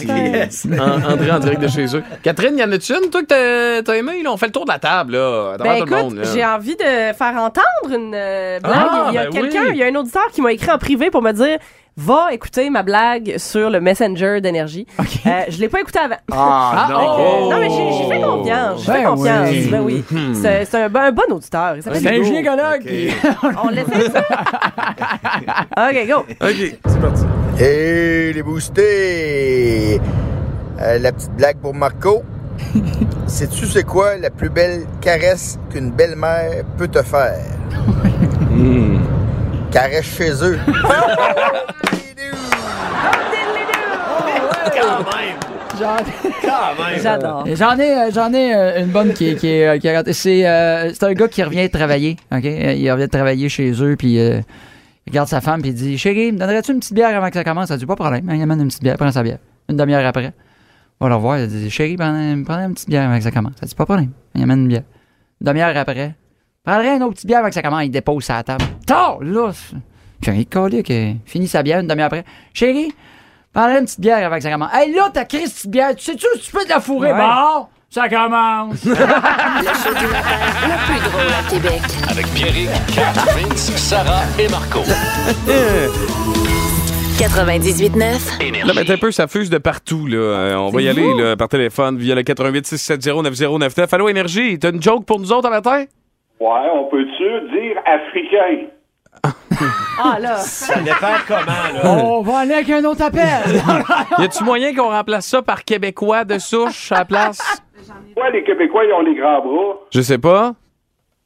S3: qui- An- André en direct de chez eux. Catherine, y en a-tu une, toi, que t'as- t'as aimé? Là, on fait le tour de la table, là, devant
S5: Ben
S3: tout le monde.
S5: écoute,
S3: là.
S5: j'ai envie de faire entendre une euh, blague.
S3: Ah,
S5: il y a
S3: ben
S5: quelqu'un,
S3: oui.
S5: il y a un auditeur qui m'a écrit en privé pour me dire va écouter ma blague sur le Messenger d'énergie. Euh, je l'ai pas écouté avant.
S6: Ah,
S4: Ah,
S6: non.
S4: oh.
S5: Non mais j'ai j'ai fait confiance, j'ai fait
S4: Ben
S5: confiance.
S4: oui.
S5: Ben oui. C'est c'est un, bon- un bon auditeur. Il s'appelle
S4: C'est un
S5: Hugo.
S4: gynécologue.
S5: On l'essaie ça. OK, go.
S3: OK, c'est parti.
S13: Hey les boostés! Euh, la petite blague pour Marco.
S11: Sais-tu c'est quoi la plus belle caresse qu'une belle-mère peut te faire? Caresse chez eux.
S4: J'adore. J'en ai, euh, j'en ai euh, une bonne qui, qui, est, euh, qui a raté. C'est, euh, c'est un gars qui revient de travailler. OK? Euh, Il revient de travailler chez eux, puis euh, il regarde sa femme, puis il dit Chérie, me donnerais-tu une petite bière avant que ça commence Elle dit Pas de problème. hein, Il amène une petite bière, prends sa bière. Une demi-heure après. On va le revoir. Il dit Chérie, prends, prends une petite bière avant que ça commence. Elle dit Pas de problème. Il amène une bière. Une demi-heure après. Prendrait une autre petite bière avant que ça commence. Il dépose sa table. Tard, là! c'est- Puis il colle, que finit sa bière une demi-heure après. Chérie, prendrais une petite bière avant que ça commence. Hey, là, ta crise petite bière, tu sais-tu si tu peux te la fourrer?
S13: Ouais.
S4: Bon, ça commence!
S1: Le show du matin, le plus drôle à Québec.
S2: Avec Pierrick, Kat, Vince, Sarah et Marco.
S1: 98.9.
S3: Là, ben, t'as un peu, ça fuse de partout, là. Euh, on va y
S1: C'est
S3: aller,
S1: vous?
S3: là, par téléphone, via le 88 670 9099. Allô, Énergie, t'as une joke pour nous autres à matin?
S14: Ouais, on peut-tu dire africain?
S5: Ah là!
S6: Ça dépend comment, là.
S4: On va aller avec un autre appel!
S3: Y a-tu moyen qu'on remplace ça par Québécois de souche à la place?
S14: Ouais, les Québécois, ils ont les grands bras
S3: Je sais pas.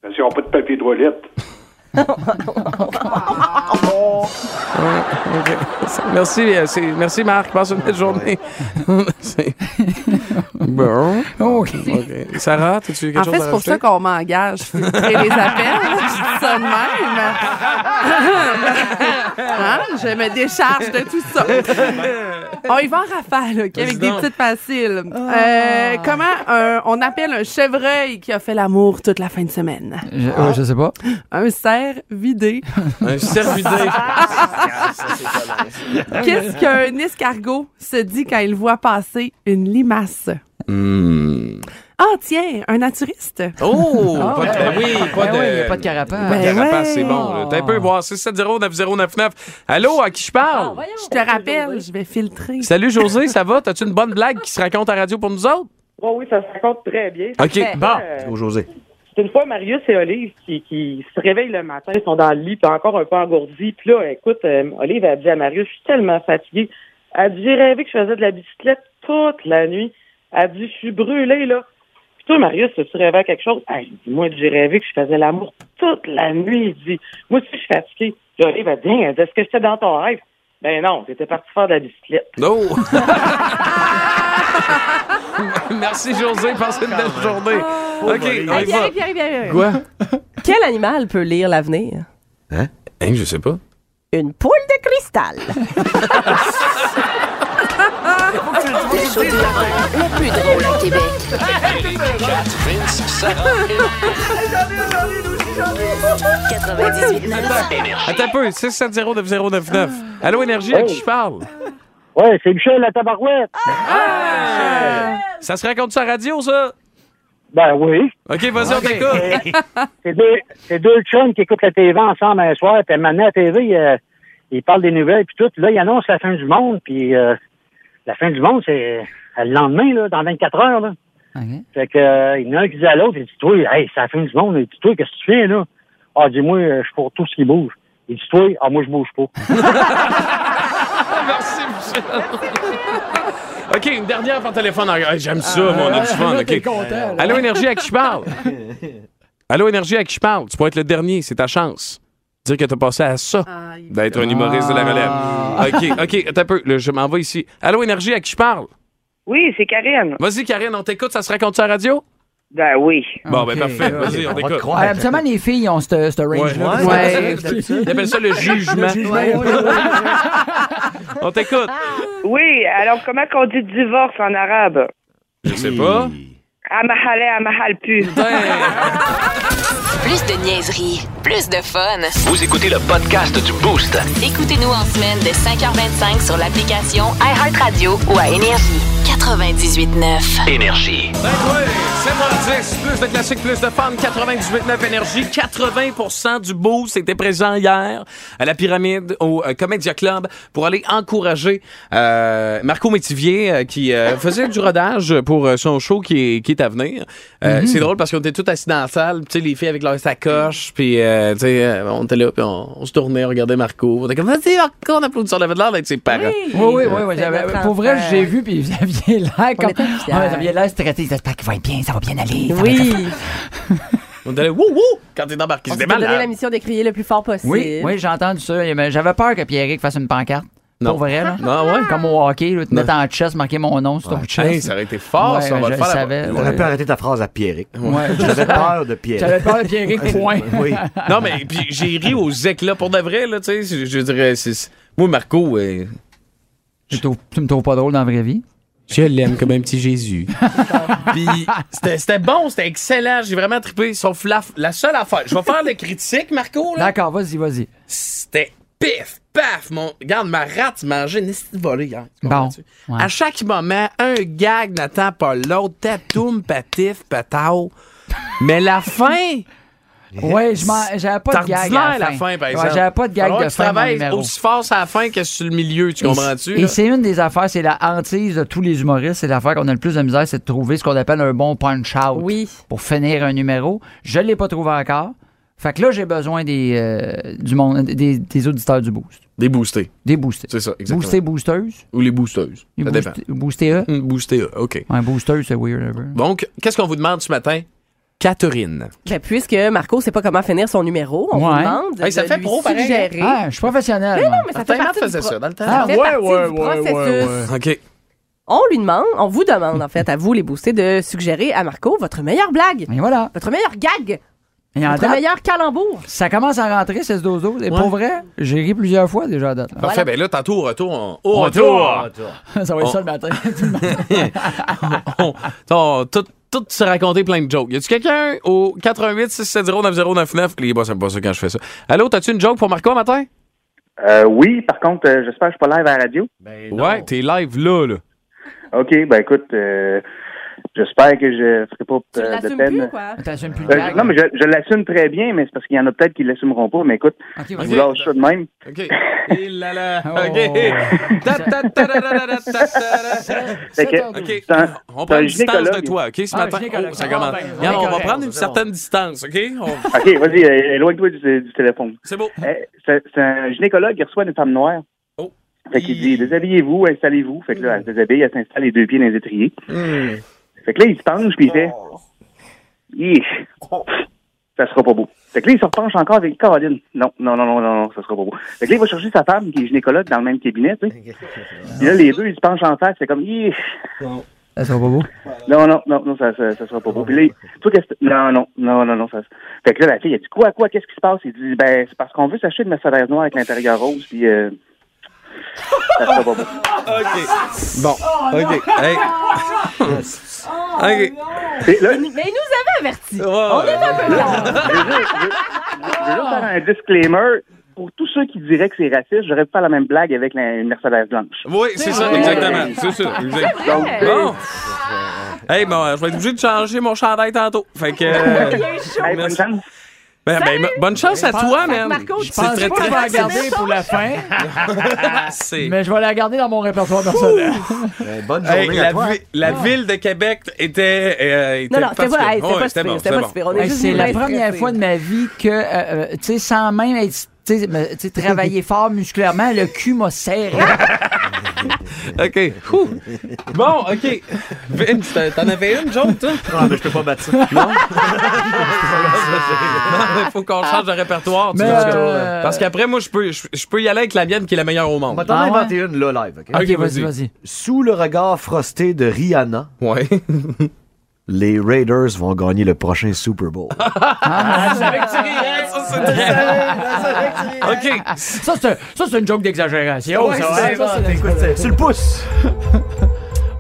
S14: parce qu'ils n'ont pas de papier toilette.
S3: Ouais, ok. Merci, euh, c'est- merci Marc. Passe une belle journée. C'est- bon. OK. Sarah, t'as-tu quelque
S15: En
S3: chose
S15: fait,
S3: à
S15: c'est pour ça
S3: rajouter?
S15: qu'on m'engage. Filtrer les appels. Je dis ça de même. Hein? Je me décharge de tout ça. On y va en rafale, OK, avec des
S5: donc.
S15: petites faciles.
S3: Ah.
S15: Euh, comment un- on appelle un chevreuil qui a fait l'amour toute la fin de semaine?
S4: Je, ouais, je sais pas.
S15: Un cerf vidé.
S3: Un cerf vidé.
S15: Qu'est-ce qu'un escargot se dit quand il voit passer une limace?
S3: Hmm.
S15: Ah, tiens, un naturiste.
S3: Oh, pas de- ben oui, pas
S15: Ben
S3: de,
S15: oui, il y a
S4: pas de
S15: carapace.
S3: Pas de
S15: Ben
S3: carapace,
S15: ouais.
S3: c'est bon. là. T'as un peu voir 670-9099. Allô, à qui
S16: Ah,
S3: je parle?
S15: Je
S17: Ah,
S15: te rappelle, je vais filtrer.
S3: Salut José, ça va? T'as-tu une bonne blague qui se raconte à radio pour nous autres? Ben.
S17: Oui, oui, ça se raconte très bien.
S3: OK,
S17: Euh,
S3: bon.
S17: euh,
S3: José.
S17: c'est une fois Marius et Olive qui, qui se réveillent le matin, ils sont dans le lit, puis encore un peu engourdis. Puis là, écoute, euh, Olive a dit à Marius, je suis tellement fatiguée. Elle dit, j'ai rêvé que je faisais de la bicyclette toute la nuit. Elle dit, je suis brûlée, là. Puis toi, Marius, tu rêvé à quelque chose? Elle dit, moi, j'ai rêvé que je faisais l'amour toute la nuit. Il dit, moi aussi, je suis fatiguée. Puis Olive a dit, Hein, elle dit, est-ce que j'étais dans ton rêve? Ben non, t'étais parti faire de la bicyclette.
S3: Non! Merci José, passez une belle journée.
S6: Ah.
S3: OK, on y
S5: Hey,
S3: va.
S5: Pierre, Pierre, Pierre.
S3: Quoi?
S5: Quel animal peut lire l'avenir?
S3: Hein? Hein, je sais pas.
S5: Une poule de cristal.
S1: Le show du matin, le plus drôle à Québec.
S2: Kat, Vince, Sarah et
S3: Attends un peu, 670-9099. Allô, Énergie, à qui je parle? Ah!
S16: Ouais, c'est Michel la tabarouette. Ah!
S3: Ça se raconte sur la radio, ça?
S16: Ben oui.
S3: OK, vas-y, on
S16: Ok.
S3: t'écoute.
S16: C'est deux, c'est deux chums qui écoutent la TV ensemble un soir, puis à un moment donné, à la TV, ils, euh, ils parlent des nouvelles, puis tout. Puis Là, ils annoncent la fin du monde, puis euh, la fin du monde, c'est euh, le lendemain, là, dans 24 heures. Là. Fait que, euh, il y en a un qui dit à l'autre, il dit, toi, hey, c'est la fin du monde, il dit, toi, qu'est-ce que tu fais, là? Ah, dis-moi, euh, je suis pour tout ce qui bouge. Il dit, toi, ah, moi, je bouge pas.
S3: Merci, Michel. OK, une dernière par téléphone. Ah, J'aime ça, moi, on a du fun.
S13: là,
S3: OK.
S13: t'es content, là.
S3: Allô, Énergie, à qui je parle? Allô, Énergie, à qui je parle? Tu pourrais être le dernier, c'est ta chance. Dire que t'as passé à ça d'être un humoriste de la relève. OK, OK, attends un peu. là, je m'en vais ici. Allô, Énergie, à qui je parle?
S17: Oui, c'est Karine.
S3: Vas-y, Karine, on t'écoute. Ça se raconte sur la radio?
S17: Ben oui.
S3: Bon,
S17: OK.
S3: ben parfait.
S6: Ah,
S3: Vas-y, on t'écoute.
S4: Ouais, Habituellement, les filles ont ce ce range-là.
S3: Ouais. Ils appellent ça le jugement. Ah. On t'écoute.
S17: Oui, alors comment qu'on dit divorce en arabe?
S3: Je sais pas.
S17: Amahalé, amahalpu.
S3: Ben,
S1: Plus de niaiserie, plus de fun.
S2: Vous écoutez le podcast du Boost.
S1: Écoutez-nous en semaine de 5h25 sur l'application iHeartRadio ou à Énergie. 98.9.
S2: Énergie.
S3: Ben oui, c'est moins 10. Plus de classique, plus de fun. 98.9 Énergie. 80 du beau c'était présent hier à la Pyramide, au euh, Comédia Club, pour aller encourager euh, Marco Métivier euh, qui euh, faisait du rodage pour euh, son show qui est, qui est à venir. Euh,
S18: Mhm.
S3: C'est drôle parce qu'on était tous assis dans la salle, tu sais, les filles avec leurs sacoches, puis euh, tu sais, euh, on était là, puis on, on se tournait, on regardait Marco. On était comme, vas-y, Marco, on applaudit. On avait de l'air d'être ses parents.
S4: Oui, oui, oui. oui, j'avais- pour vrai, j'ai vu, puis vous aviez l'air comme.
S3: était fiers.
S4: Ouais, vous aviez l'air stressé. j'espère qu'il va être bien, ça va bien aller. ça va être
S5: Oui.
S3: On dirait wouh wouh quand t'es dans barque.
S5: On s'est donné la mission de crier le plus fort possible.
S4: Oui, oui, j'ai entendu ça. Mais J'avais peur que Pierrick fasse une pancarte.
S3: Non.
S4: Pour vrai, là.
S3: Non, ouais.
S4: Comme au hockey, là, te mettre en chest, marquer mon nom sur ton chest.
S3: Hey, ça aurait été fort,
S4: Ouais,
S3: ça. On va
S4: je
S3: le faire.
S4: savais,
S6: On aurait pu arrêter ta phrase à Pierrick.
S3: Ouais.
S6: J'avais peur de Pierrick.
S4: J'avais peur de Pierrick, point.
S6: oui.
S3: Non, mais puis j'ai ri aux éclats pour de vrai, là, tu sais. Je, je dirais, c'est- c'est- moi, Marco, euh,
S4: Tu trouves- tu me trouves pas drôle dans la vraie vie?
S3: Je l'aime comme un petit Jésus. puis c'était c'était bon, c'était excellent, j'ai vraiment trippé. Sauf la, la seule affaire. Je vais faire le critique, Marco, là.
S4: D'accord, vas-y, vas-y.
S3: C'était pif, paf, mon. Regarde, ma rate mangeait une petite volée hier. tu comprends-tu?
S4: Bon, ouais.
S3: À chaque moment, un gag n'attend pas l'autre. Tatoum, patif, patao. Mais la fin.
S4: Ouais, je m'en- j'avais pas de gag.
S3: T'as
S4: à
S3: ordinaire, la fin, par
S4: Ouais,
S3: exemple.
S4: J'avais pas de gag
S3: Faudra que
S4: de
S3: tu
S4: fin. dans le
S3: travailles
S4: numéro.
S3: aussi fort sur la fin que sur le milieu, tu comprends-tu?
S4: Et
S3: là?
S4: c'est une des affaires, c'est la hantise de tous les humoristes, c'est l'affaire qu'on a le plus de misère, c'est de trouver ce qu'on appelle un bon punch-out.
S5: Oui.
S4: Pour finir un numéro. Je l'ai pas trouvé encore. Fait que là, j'ai besoin des, euh, du monde, des, des auditeurs du boost.
S3: Des boostés.
S4: Des boostés.
S3: C'est ça, exactement.
S4: Boostés, boosteuses.
S3: Ou les boosteuses.
S4: Les
S3: Ça dépend.
S4: boostés- Boostés, eux.
S3: Mm, Boostés, euh, OK.
S4: Un booster, c'est weird. un peu.
S3: Donc, qu'est-ce qu'on vous demande ce matin? Catherine.
S5: Ben, puisque Marco sait pas comment finir son numéro, on vous
S4: Ouais.
S5: demande
S3: Hey, ça
S5: de
S3: fait
S5: lui
S3: pro, pareil.
S5: suggérer.
S4: Ah, je suis professionnel.
S5: Mais non,
S4: moi.
S5: mais ça
S3: Martin
S5: fait partie
S3: faisait
S5: du pro-
S3: ça dans le temps.
S5: Ça fait
S3: Ah, ouais,
S5: partie
S3: ouais, ouais,
S5: du
S3: ouais,
S5: processus.
S3: OK.
S5: On lui demande, on vous demande en fait à vous les boostés de suggérer à Marco votre meilleure blague,
S4: Mais voilà.
S5: votre meilleur gag,
S4: Et en
S5: votre
S4: date,
S5: meilleur calembour.
S4: ça commence à rentrer, c'est ce dozo. Et
S3: Ouais.
S4: pour vrai, j'ai ri plusieurs fois déjà à date. là.
S3: Parfait. Ben là, tantôt, au retour, on... Au
S4: ça va être ça le matin.
S3: on, on- tout, tout se raconter plein de jokes. Y a-tu quelqu'un au 88 670 9099 Les boss aiment pas ça quand je fais ça. Allô, t'as-tu une joke pour Marco matin?
S13: Euh, oui, par contre, euh, j'espère que je suis pas live à la radio.
S3: ouais, t'es live là, là.
S13: OK, ben écoute, euh, j'espère que je ferai pas euh, de peine.
S5: quoi?
S4: T'assumes plus de
S13: Euh,
S4: blague.
S13: non, mais je, je l'assume très bien, mais c'est parce qu'il y en a peut-être qui l'assumeront pas. Mais écoute,
S4: Ok,
S13: je
S4: vas-y.
S13: vous lâche ça de même.
S3: OK. Et là, là.
S4: Oh.
S3: OK. Ta, ta, ta, ta, ta, ta, ta, ta, ta.
S13: Fait que,
S3: OK.
S13: c'est un-
S3: On
S13: c'est
S3: prend
S13: un
S3: une distance de
S13: gynécologue.
S3: toi, OK, ce
S4: Ah,
S3: matin?
S4: gynécologue.
S3: Oh, ça
S4: Ah,
S3: commence.
S4: ben,
S3: Regarde, on va
S4: correct.
S3: prendre une certaine distance, OK? On-
S13: OK, vas-y, euh, éloigne-toi du, du téléphone.
S3: C'est beau.
S13: Euh, C'est c'est un gynécologue qui reçoit une femme noire.
S3: Oh.
S13: Fait qu'il dit déshabillez-vous, installez-vous. Fait que là, elle se déshabille, elle s'installe les deux pieds dans les étriers.
S3: Hmm.
S13: Fait que là, il se penche, puis il fait Ih, ça sera pas beau. Fait que là, il se repenche encore avec Caroline. Non, non, non, non, non, non, ça sera pas beau. Fait que là, il va chercher sa femme, qui est gynécologue, dans le même cabinet, tu sais. Puis là, les deux, ils se penchent en face, c'est comme Ih,
S4: Ça sera pas beau.
S13: non, non, non, non, ça, ça, ça sera pas beau. Puis là, il- toi, qu'est-ce que- non, non, non, non, non, ça. Fait que là, la fille, elle dit quoi, quoi, qu'est-ce qui se passe? Il dit, ben, c'est parce qu'on veut s'acheter une Mercedes noire avec l'intérieur rose, puis euh, ça sera pas beau.
S3: Bon. OK. Hey. Oh, OK.
S13: C'est- là,
S5: Mais il nous avait avertis.
S3: Ouais,
S5: On est un peu là.
S13: Je vais juste faire un disclaimer. Pour tous ceux qui diraient que c'est raciste, j'aurais pu faire la même blague avec la une Mercedes blanche.
S3: Oui, c'est ça,
S5: vrai.
S3: exactement. C'est ça. exact.
S13: Donc, euh,
S3: Bon. Hey, bon, euh, je vais être obligé de changer mon chandail tantôt. Fait que. euh,
S5: Il y a eu chaud.
S13: hey, bonne chance.
S3: ben, ben, bonne chance à toi, man.
S5: Marco, tu
S4: Je pense
S3: très,
S4: pas que je vais la
S3: très-
S4: garder pour la fin,
S3: C'est-
S4: mais je vais la garder dans mon répertoire personnel. Euh,
S6: Ben, bonne
S3: Hey,
S6: journée
S3: la,
S6: à toi.
S3: vi- la ville de Québec était. euh, était
S5: Ah. Non, non, c'était pas,
S3: particulière.
S5: hey,
S3: Ouais,
S5: c'était pas super, c'était pas
S3: bon.
S5: super. On est
S4: Hey,
S5: juste
S4: c'est la
S5: bien
S4: première
S5: stressés.
S4: fois de ma vie que, euh, euh, tu sais, sans même être, tu sais, me- tu sais, travailler fort musculairement, le cul m'a serré.
S3: OK. Ouh. Bon, OK. Vince, t'en- t'en avais une, John, toi?
S6: Ah, ben, je peux pas battre ça.
S3: Il faut qu'on change de répertoire. tu
S4: Mais,
S3: vois, parce que-
S4: euh,
S3: Parce qu'après, moi, je peux, je, je peux y aller avec la mienne qui est la meilleure au
S6: On
S3: monde.
S6: va t'en
S4: Ah ouais?
S6: inventer une, là, live, OK?
S3: Ah.
S4: ok,
S3: Ok,
S4: vas-y,
S3: vas-y.
S4: vas-y.
S6: Sous le regard frosté de Rihanna,
S3: Ouais.
S6: les Raiders vont gagner le prochain Super Bowl.
S3: Ça, c'est très- OK.
S4: Ça, c'est un- ça, c'est une joke d'exagération, ça, hein?
S6: c'est le pouce.
S4: Ah,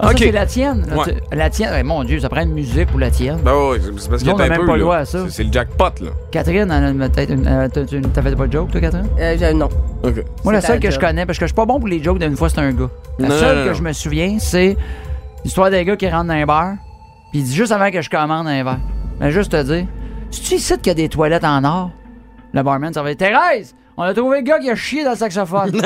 S4: ça,
S3: Ok.
S4: c'est la tienne. là,
S3: Ouais.
S4: tu- La tienne, eh, mon Dieu, ça prend une musique pour la tienne.
S3: Ben ouais, c'est- c'est parce qu'il
S4: Nous, on
S3: est
S4: a
S3: un
S4: même
S3: peu.
S4: pas le droit
S3: là.
S4: à ça.
S3: C'est- C'est le jackpot, là.
S4: Catherine, elle a peut-être une- euh, t'as- tu- t'as fait pas de joke, toi, Catherine?
S5: Euh, je- non.
S3: OK.
S4: Moi, la
S5: C'est
S4: seule
S5: ta
S4: que je
S5: job.
S4: connais, parce que je suis pas bon pour les jokes d'une fois, c'est un gars. La
S3: Non,
S4: seule
S3: non,
S4: que
S3: non.
S4: je me souviens, c'est l'histoire d'un gars qui rentre dans un bar, puis il dit juste avant que je commande un verre. Mais juste te dire, si tu ici qu'il y a des toilettes en or, le barman, ça va être Thérèse, on a trouvé le gars qui a chié dans le saxophone.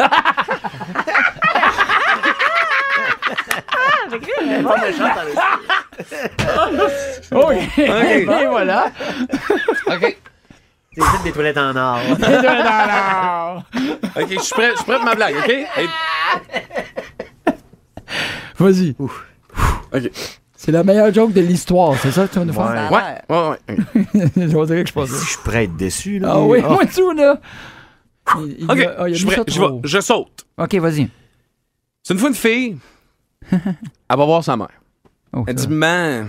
S4: oh, et voilà.
S6: C'est juste des toilettes en or.
S3: OK, je suis prêt, je suis prêt pour ma blague,
S5: Ah,
S3: OK? Et-
S4: Vas-y.
S3: OK.
S4: C'est la meilleure joke de l'histoire, c'est ça que tu vas nous faire?
S3: Ouais, ouais, ouais.
S4: je dirais que je pense.
S6: Je suis prêt à être déçu, là.
S4: Ah oui,
S6: Ah.
S4: moi tout, là. Il- il
S3: OK,
S4: a- ah, il a
S3: je,
S4: mis
S3: suis
S4: ça
S3: prêt. je,
S4: trop
S3: vais-
S4: haut.
S3: je saute.
S4: OK, vas-y.
S3: C'est une fois une fille. elle va voir sa mère.
S4: Oh,
S3: elle dit Maman,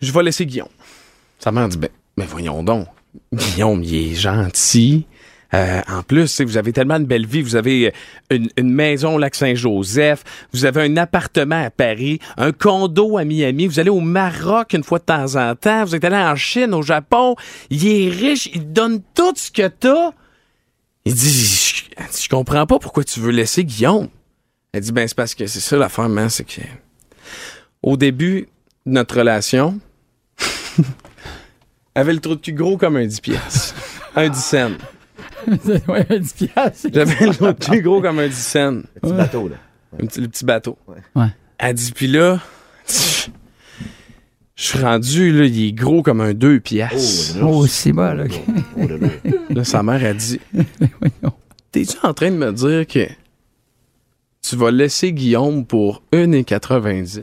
S3: je vais laisser Guillaume. Sa mère dit Ben, mais voyons donc. Guillaume, il est gentil. Euh, en plus, tu sais, vous avez tellement de belle vie. Vous avez euh, une, une maison au lac Saint-Joseph. Vous avez un appartement à Paris, un condo à Miami. Vous allez au Maroc une fois de temps en temps. Vous êtes allé en Chine, au Japon. Il est riche. Il te donne tout ce que t'as. Il dit, je, elle dit, Je comprends pas pourquoi tu veux laisser Guillaume. Elle dit, ben c'est parce que c'est ça l'affaire, man, c'est que au début de notre relation, elle avait le trou de cul gros comme un 10 pièces. un 10 cents.
S4: ouais, un 10 piastres.
S3: J'avais le trou de cul gros comme un 10 cents. Le
S4: petit bateau,
S3: là. le petit bateau.
S4: Ouais.
S3: Elle dit, puis là, je suis rendu, là, il est gros comme un 2 pièces.
S4: Oh, c'est bon, là.
S6: Oh,
S3: Là, sa mère a dit T'es-tu en train de me dire que tu vas laisser Guillaume pour 1,90